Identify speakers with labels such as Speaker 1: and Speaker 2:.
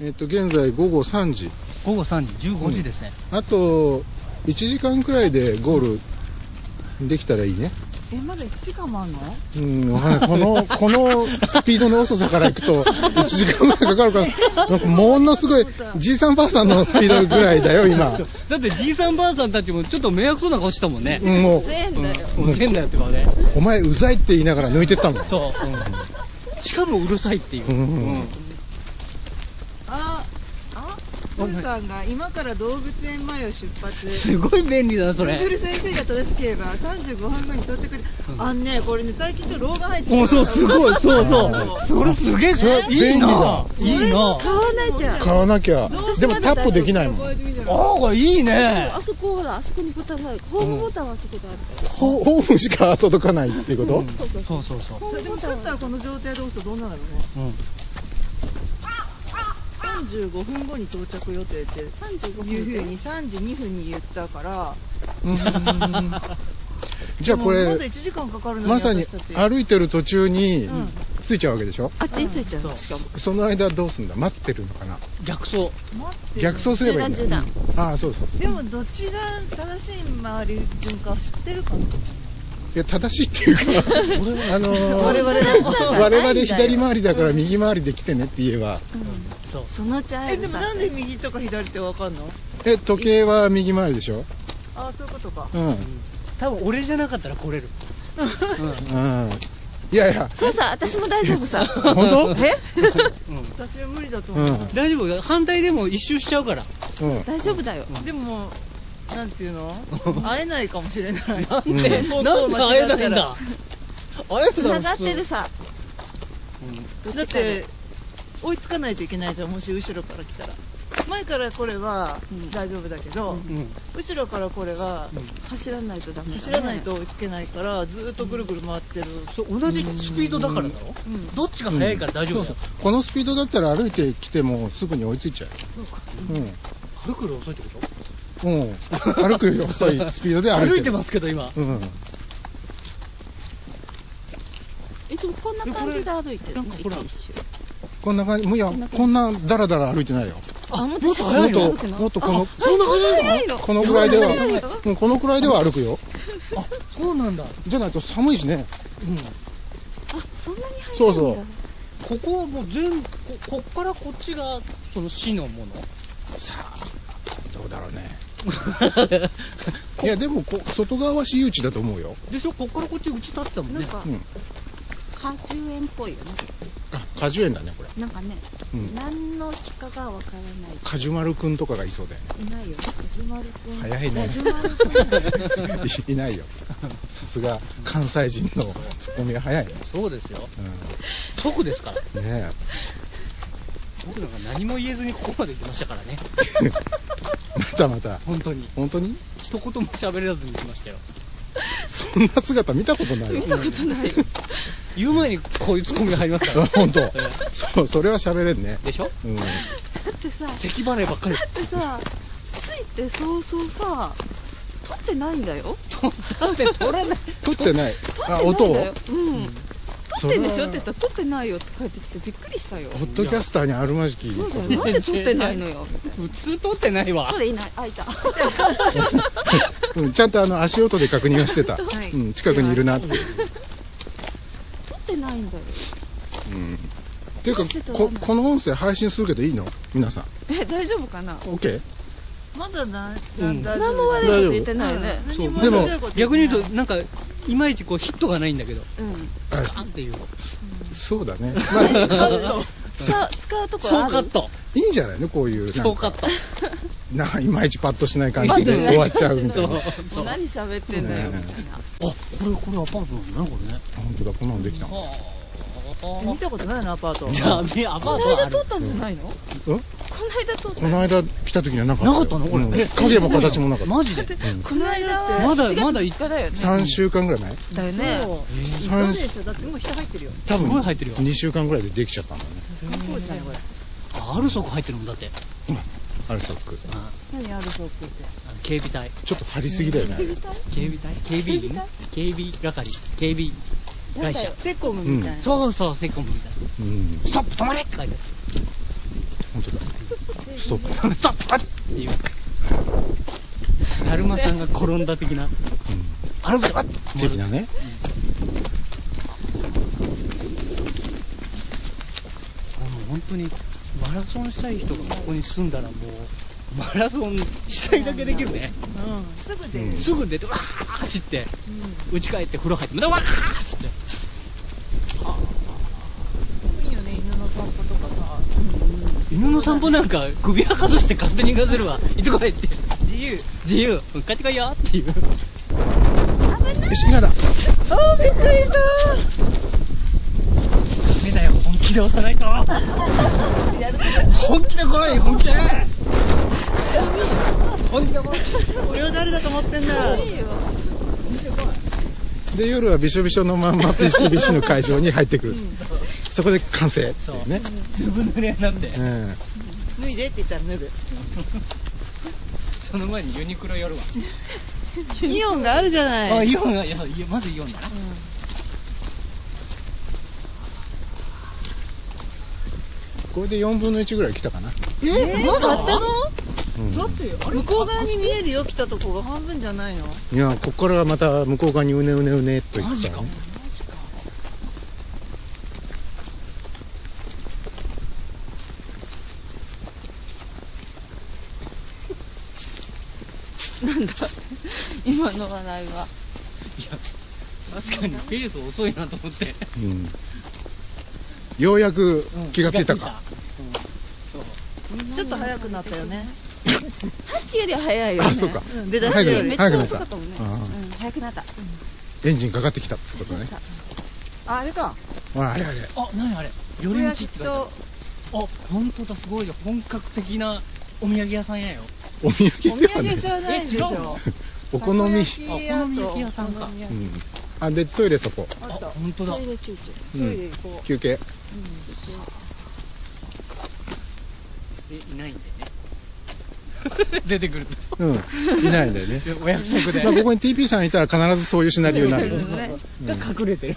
Speaker 1: えっと、現在午後3時。
Speaker 2: 午後3時、15時ですね。
Speaker 1: あと、1時間くらいでゴールできたらいいね。
Speaker 3: え、まだ1時間もあんの
Speaker 1: うん、わかんないこの、このスピードの遅さからいくと、1時間ぐらいかかるから、なんかものすごい、じいさんばあさんのスピードぐらいだよ、今。
Speaker 2: だってじいさんばあさんたちもちょっと迷惑そうな顔してたもんね。
Speaker 1: うん、もう、
Speaker 3: 全だよ。
Speaker 2: もう変だよって顔で。
Speaker 1: お前うざいって言いながら抜いてったもん。
Speaker 2: そう。うんしかもうるさいっていう。
Speaker 1: うん
Speaker 3: あ、あ、トルさんが今から動物園前を
Speaker 2: う
Speaker 3: 出
Speaker 2: ん
Speaker 3: 発。
Speaker 2: すごい便利だな、そ
Speaker 3: ミドル
Speaker 2: れ。
Speaker 3: 先生が正しければ35分後に到着で、
Speaker 2: うん
Speaker 3: あんね、これね、最近ちょっと老眼入って
Speaker 2: おうそう、すごい、そう
Speaker 1: う
Speaker 2: そ
Speaker 1: ん
Speaker 2: う。それすげえ、
Speaker 1: それ便利だ
Speaker 2: いいな。いいな。
Speaker 4: 買わなきゃ。
Speaker 1: 買わなきゃ。でもタップできないもん。
Speaker 2: ああ、これいいね
Speaker 4: あ。そこほら、あそこにボタンがある。ホームボタンはあそこであるか
Speaker 1: ホホームしか届かないっていうこと、
Speaker 2: うんそうそうそう。
Speaker 3: それでも立ったらこの状態で押すとどうなるのね。
Speaker 2: うん
Speaker 3: 35分後に到着予定って、
Speaker 4: 35分で
Speaker 3: いうふうに3時2分に言ったから、
Speaker 1: じゃあこ
Speaker 3: もうま
Speaker 1: れ
Speaker 3: だ、1時間かかるのに
Speaker 1: まさに
Speaker 3: 私たち
Speaker 1: 歩いてる途中に
Speaker 3: うん
Speaker 1: 着いちゃうわけでしょ、
Speaker 4: ら。あっちについちゃう。
Speaker 2: そう
Speaker 4: しかも。
Speaker 1: その間どうすんだ待ってるのかな
Speaker 2: 逆走。
Speaker 3: 待ってる
Speaker 1: 逆走すればいいんだよ
Speaker 4: 中断
Speaker 1: ああ、そうそう。
Speaker 3: でもどっちが正しい回り順か知ってるかない
Speaker 1: や、正しいっていうか、あのー、
Speaker 3: 我々の
Speaker 1: 我々左回りだから右回りで来てねって言えば、
Speaker 2: そう。
Speaker 4: そのチャ
Speaker 3: え
Speaker 4: イ
Speaker 3: で
Speaker 4: ム
Speaker 3: も
Speaker 4: さ
Speaker 3: なんで右とか左ってわかんの
Speaker 1: え、時計は右回りでしょ
Speaker 3: ああそういうことか
Speaker 1: うん。うん。
Speaker 2: 多分俺じゃなかったら来れる。
Speaker 1: いやいや、
Speaker 4: そうさ、私も大丈夫さ。
Speaker 1: 本当
Speaker 4: え
Speaker 2: うん。
Speaker 3: 私は無理だと
Speaker 1: う
Speaker 3: 思
Speaker 1: ん
Speaker 3: う、。
Speaker 2: 大丈夫よ反対でも一周しちゃうから。
Speaker 1: うん。
Speaker 4: 大丈夫だよ。
Speaker 3: でもなんていうの会えないかもしれ ない
Speaker 2: なん
Speaker 1: うん
Speaker 2: で、なんで会えないんだ会えるだろ
Speaker 4: 繋がってるさ。ど
Speaker 3: だっ
Speaker 4: ちかで
Speaker 3: て追いつかないといけないじゃんもし後ろから来たら前からこれは
Speaker 4: うん
Speaker 3: 大丈夫だけど、
Speaker 2: 普通うん。
Speaker 3: 後ろからこれは
Speaker 4: 走らないとダメだね。
Speaker 3: 走らないと追いつけないからずーっとぐるぐる回ってる、
Speaker 2: そう同じスピードだからだろ
Speaker 3: うん
Speaker 2: どっちが速いから大丈夫だ
Speaker 1: そう
Speaker 2: よ。
Speaker 1: そうこのスピードだったら歩いてきてもすぐに追いついちゃう
Speaker 2: 歩くより遅いってこ
Speaker 1: うん、うん、歩くより 遅いスピードで
Speaker 2: と
Speaker 1: 歩いて
Speaker 2: 歩いて
Speaker 1: る
Speaker 2: ますけど今。
Speaker 1: うん
Speaker 4: いつもこんな感じで歩いてるの。
Speaker 2: えこれなんかほら
Speaker 4: 一周
Speaker 1: こんな感じもういやこんなダラダラ歩いてないよ
Speaker 4: あ、も
Speaker 2: も
Speaker 4: っ
Speaker 2: っ
Speaker 4: と
Speaker 2: と早
Speaker 4: 早
Speaker 2: い
Speaker 4: い
Speaker 2: の
Speaker 1: も
Speaker 4: の
Speaker 1: っともっとこ
Speaker 4: あ
Speaker 1: の
Speaker 2: そんな速いの
Speaker 1: このくらいで
Speaker 2: そんな速い
Speaker 1: はうんこのくらいでは歩くよ
Speaker 2: あ、そうなんだ。
Speaker 1: じゃないと寒いしね
Speaker 2: うん。
Speaker 4: あ、そんなに
Speaker 1: そ
Speaker 4: 早
Speaker 1: う
Speaker 4: いんだ。
Speaker 1: そう
Speaker 2: ここはもう全、こ、こっからこっちが、その市のもの
Speaker 1: さあどうだろうねいやでもこ外側は私有地だと思うよ、
Speaker 2: でしょこっからこっち打ち立ってたもん
Speaker 4: なん
Speaker 2: ね。
Speaker 4: か
Speaker 1: う、ん、
Speaker 4: 果樹園っぽいよね。
Speaker 1: あ果樹園だねこれ、
Speaker 4: なんかね、
Speaker 1: うん、
Speaker 4: 何の木かがわからない。
Speaker 1: 果樹丸くんとかがいそうだよね
Speaker 4: いないよ。藤丸くん。
Speaker 1: 早いね
Speaker 4: 藤丸くんだよ。
Speaker 1: いいないよさすが関西人のツッコミが早いね、
Speaker 2: そうですよ。
Speaker 1: う
Speaker 2: 直ですから。
Speaker 1: ん、ねえ
Speaker 2: 僕なんか何も言えずにここまで来ましたからね。
Speaker 1: またまた。
Speaker 2: 本当に。
Speaker 1: 本当に
Speaker 2: 一言も喋らずに来ましたよ。
Speaker 1: そんな姿見たことないよ。
Speaker 2: 言う前にこういうツッコミが入りますから
Speaker 1: あ
Speaker 2: ね。
Speaker 1: 本当
Speaker 2: ええ。
Speaker 1: そう、それは喋れんね。
Speaker 2: でしょ
Speaker 1: うん。
Speaker 4: だってさ、
Speaker 2: 咳払いばっかり
Speaker 4: だ。ってさ、ついて早々さ、撮ってないんだよ。
Speaker 2: なんで取らない。
Speaker 1: 撮ってない。あ、
Speaker 4: 撮って
Speaker 1: 音
Speaker 4: な
Speaker 1: を
Speaker 4: いんだようん。
Speaker 1: そ
Speaker 4: 撮っ
Speaker 1: れ
Speaker 4: てん
Speaker 1: は
Speaker 4: でしょって言ったら、撮ってないよって帰ってきてびっくりしたよ。
Speaker 1: ホットキャスターにあるまじき。
Speaker 4: そうだよ。なんで撮ってないのよ。
Speaker 2: 普通取ってないわ
Speaker 4: こ。れいない。 あ、いた。
Speaker 1: うん、ちゃんとあの足音で確認はしてた。
Speaker 3: はい
Speaker 1: うん、近くにいるなって。うん。っ
Speaker 4: 撮ってないんだよ。
Speaker 1: ていうかこ、この音声配信するけどいいの皆さん。
Speaker 4: え、大丈夫かな
Speaker 1: OK?
Speaker 3: まだな、
Speaker 2: う
Speaker 3: なん大丈夫
Speaker 4: 何も悪いこと言ってないよね。
Speaker 1: そう
Speaker 3: 何も
Speaker 1: でも
Speaker 3: 悪いこと言って
Speaker 2: 逆
Speaker 3: ない
Speaker 2: に言うと、なんか、いまいちこうヒットがないんだけど。
Speaker 4: うん。
Speaker 1: あ
Speaker 2: カンっていう。
Speaker 1: そうだね。まあ、い
Speaker 2: そ
Speaker 4: 使う、使うとこ
Speaker 2: う
Speaker 4: あ
Speaker 2: カ
Speaker 4: る
Speaker 2: ッ。ト。
Speaker 1: いんじゃないのこういう。な
Speaker 2: そ
Speaker 1: ん
Speaker 2: うカ
Speaker 1: か、
Speaker 2: ット。
Speaker 1: なんかいまいちパッとしない感
Speaker 2: パッ
Speaker 1: じ
Speaker 2: と
Speaker 1: で
Speaker 2: しない
Speaker 1: 終わっちゃうみたいな。
Speaker 2: そ
Speaker 1: 本。
Speaker 2: う
Speaker 4: も
Speaker 2: そうう。
Speaker 4: 何喋ってんだよ、みたいな。
Speaker 2: あ、これ、これアパートなんだね、これね。
Speaker 1: 当だ、こんなのできた。
Speaker 2: あ
Speaker 3: 見たことないな、アパート。
Speaker 2: あ。じゃあ、みアパート
Speaker 4: この
Speaker 2: はある
Speaker 4: 間撮っ。たんじゃないのこ
Speaker 1: うん
Speaker 4: の間撮った
Speaker 1: この間来た時にはなかった
Speaker 2: な
Speaker 1: よ。
Speaker 2: かったのこれ。
Speaker 1: うん
Speaker 2: え
Speaker 1: 影も形もなかった。
Speaker 2: マジで
Speaker 4: この間は
Speaker 2: まだ
Speaker 4: 7月
Speaker 2: まだ
Speaker 4: 5日だよね。
Speaker 1: 3週間ぐらい前
Speaker 4: だよね。
Speaker 3: そう
Speaker 1: 三
Speaker 3: でしょ、だってもう人入ってるよ。
Speaker 1: 多分
Speaker 2: すごい入ってるよ
Speaker 1: 2週間ぐらいでできちゃったんだね。
Speaker 3: 観光地だよ、これ。
Speaker 2: あるそこ入ってるもんだって。
Speaker 1: あれ、ショック。
Speaker 2: あ
Speaker 3: 何あるそうって言って。
Speaker 2: あの警備隊。
Speaker 1: ちょっと張りすぎだよね。あれ
Speaker 2: 警備隊警備員警備係。警備会社。
Speaker 3: セコムみたいな。
Speaker 2: そうそう、セコムみたいな。
Speaker 1: うん。
Speaker 2: ストップ止まれって書いてある。
Speaker 1: 本当だ。ストップ。
Speaker 2: ストップあっっていう。だるまさんが転んだ的な。あの、あっ
Speaker 1: うん。的なね。
Speaker 2: あの本当にマラソンしたい人がここに住んだらもうマラソンしたいだけできるね
Speaker 3: うん、すぐで、
Speaker 1: う
Speaker 3: うんん
Speaker 2: すぐ出てわー走って家帰って風呂入ってまたわー走って
Speaker 3: いいよね、犬の散歩とかさ、
Speaker 2: 犬の散歩なんか首輪外して勝手に行かせるわ行ってこいって
Speaker 3: 自由。
Speaker 2: 自由帰ってこいよっていう
Speaker 1: よし、みんなだ。
Speaker 3: あー、びっくりし
Speaker 2: 目だよ本気で押さないと
Speaker 3: たやる
Speaker 2: 本気で来い本気で本気で来い
Speaker 3: 俺を誰だと思ってんだ。
Speaker 1: で、夜はびしょびしょのま んま、ビシビシの会場に入ってくる。そこで完成っていうね。
Speaker 2: ずぶ濡れなんで
Speaker 1: うん。
Speaker 3: 脱いでって言ったら脱ぐ。
Speaker 2: その前にユニクロ寄るわ
Speaker 3: イオンがあるじゃな
Speaker 2: あ
Speaker 3: い。
Speaker 2: イオンがいやいやまずイオンだな
Speaker 1: これで4分の1ぐらい来たかな。
Speaker 3: えー、まだあったの
Speaker 1: うん
Speaker 3: 向こう側に見えるよ、来たとこが半分じゃないの
Speaker 1: いや、ここからまた向こう側にうねうねうねっと行く
Speaker 2: マジ
Speaker 1: から
Speaker 2: か
Speaker 1: ね。
Speaker 4: なんだ、今の笑いは。
Speaker 2: いや、確かにペース遅いなと思って。
Speaker 1: うんようやく気がついたか。
Speaker 2: うん。そう。
Speaker 3: ちょっと早くなったよね。
Speaker 4: さっきよりは早いよ、ね。
Speaker 1: あ、そうか。
Speaker 3: うん出だし
Speaker 1: 早
Speaker 3: よ
Speaker 1: くな
Speaker 4: め
Speaker 1: っ。
Speaker 4: った
Speaker 1: 早
Speaker 4: ちゃ
Speaker 1: くなっ
Speaker 4: 遅
Speaker 1: た
Speaker 4: かったもんね。。
Speaker 1: あ
Speaker 4: うん、早くなった。
Speaker 1: あエンジンかかってきたってことね。
Speaker 3: あ、あれか。
Speaker 1: ほら、あれあれ。
Speaker 2: あ、なにあれ寄
Speaker 3: こ
Speaker 2: り
Speaker 3: れ
Speaker 2: 道っ
Speaker 3: は
Speaker 2: て書
Speaker 3: きっ
Speaker 2: いてある。あ
Speaker 3: と、、
Speaker 2: 本当だ、すごいよ。本格的なお土産屋さんやよ。
Speaker 1: お土
Speaker 3: お
Speaker 1: 産では
Speaker 3: 土
Speaker 1: な
Speaker 3: 産
Speaker 1: い
Speaker 3: じ。ゃないでし
Speaker 2: え違うの
Speaker 3: ょ。
Speaker 1: お好み。
Speaker 3: たこ焼き
Speaker 2: あお
Speaker 3: 屋と
Speaker 2: 好み焼き屋さんか
Speaker 3: お好み
Speaker 1: う
Speaker 3: 焼き
Speaker 1: ん。あ、で、トイレそこ。
Speaker 3: あ
Speaker 2: あ、
Speaker 3: った。
Speaker 2: 本当だ
Speaker 4: トイ。レ休憩。
Speaker 1: う
Speaker 3: トイレ
Speaker 1: ん。
Speaker 3: 行こ
Speaker 1: 休憩。
Speaker 2: え、いないんでね。出てくると。
Speaker 1: うん。いないんだよね。
Speaker 2: でお約束
Speaker 1: だ
Speaker 2: で。
Speaker 1: からここに TP さんいたら必ずそういうシナリオになるよ。
Speaker 4: ね
Speaker 2: が隠れてる。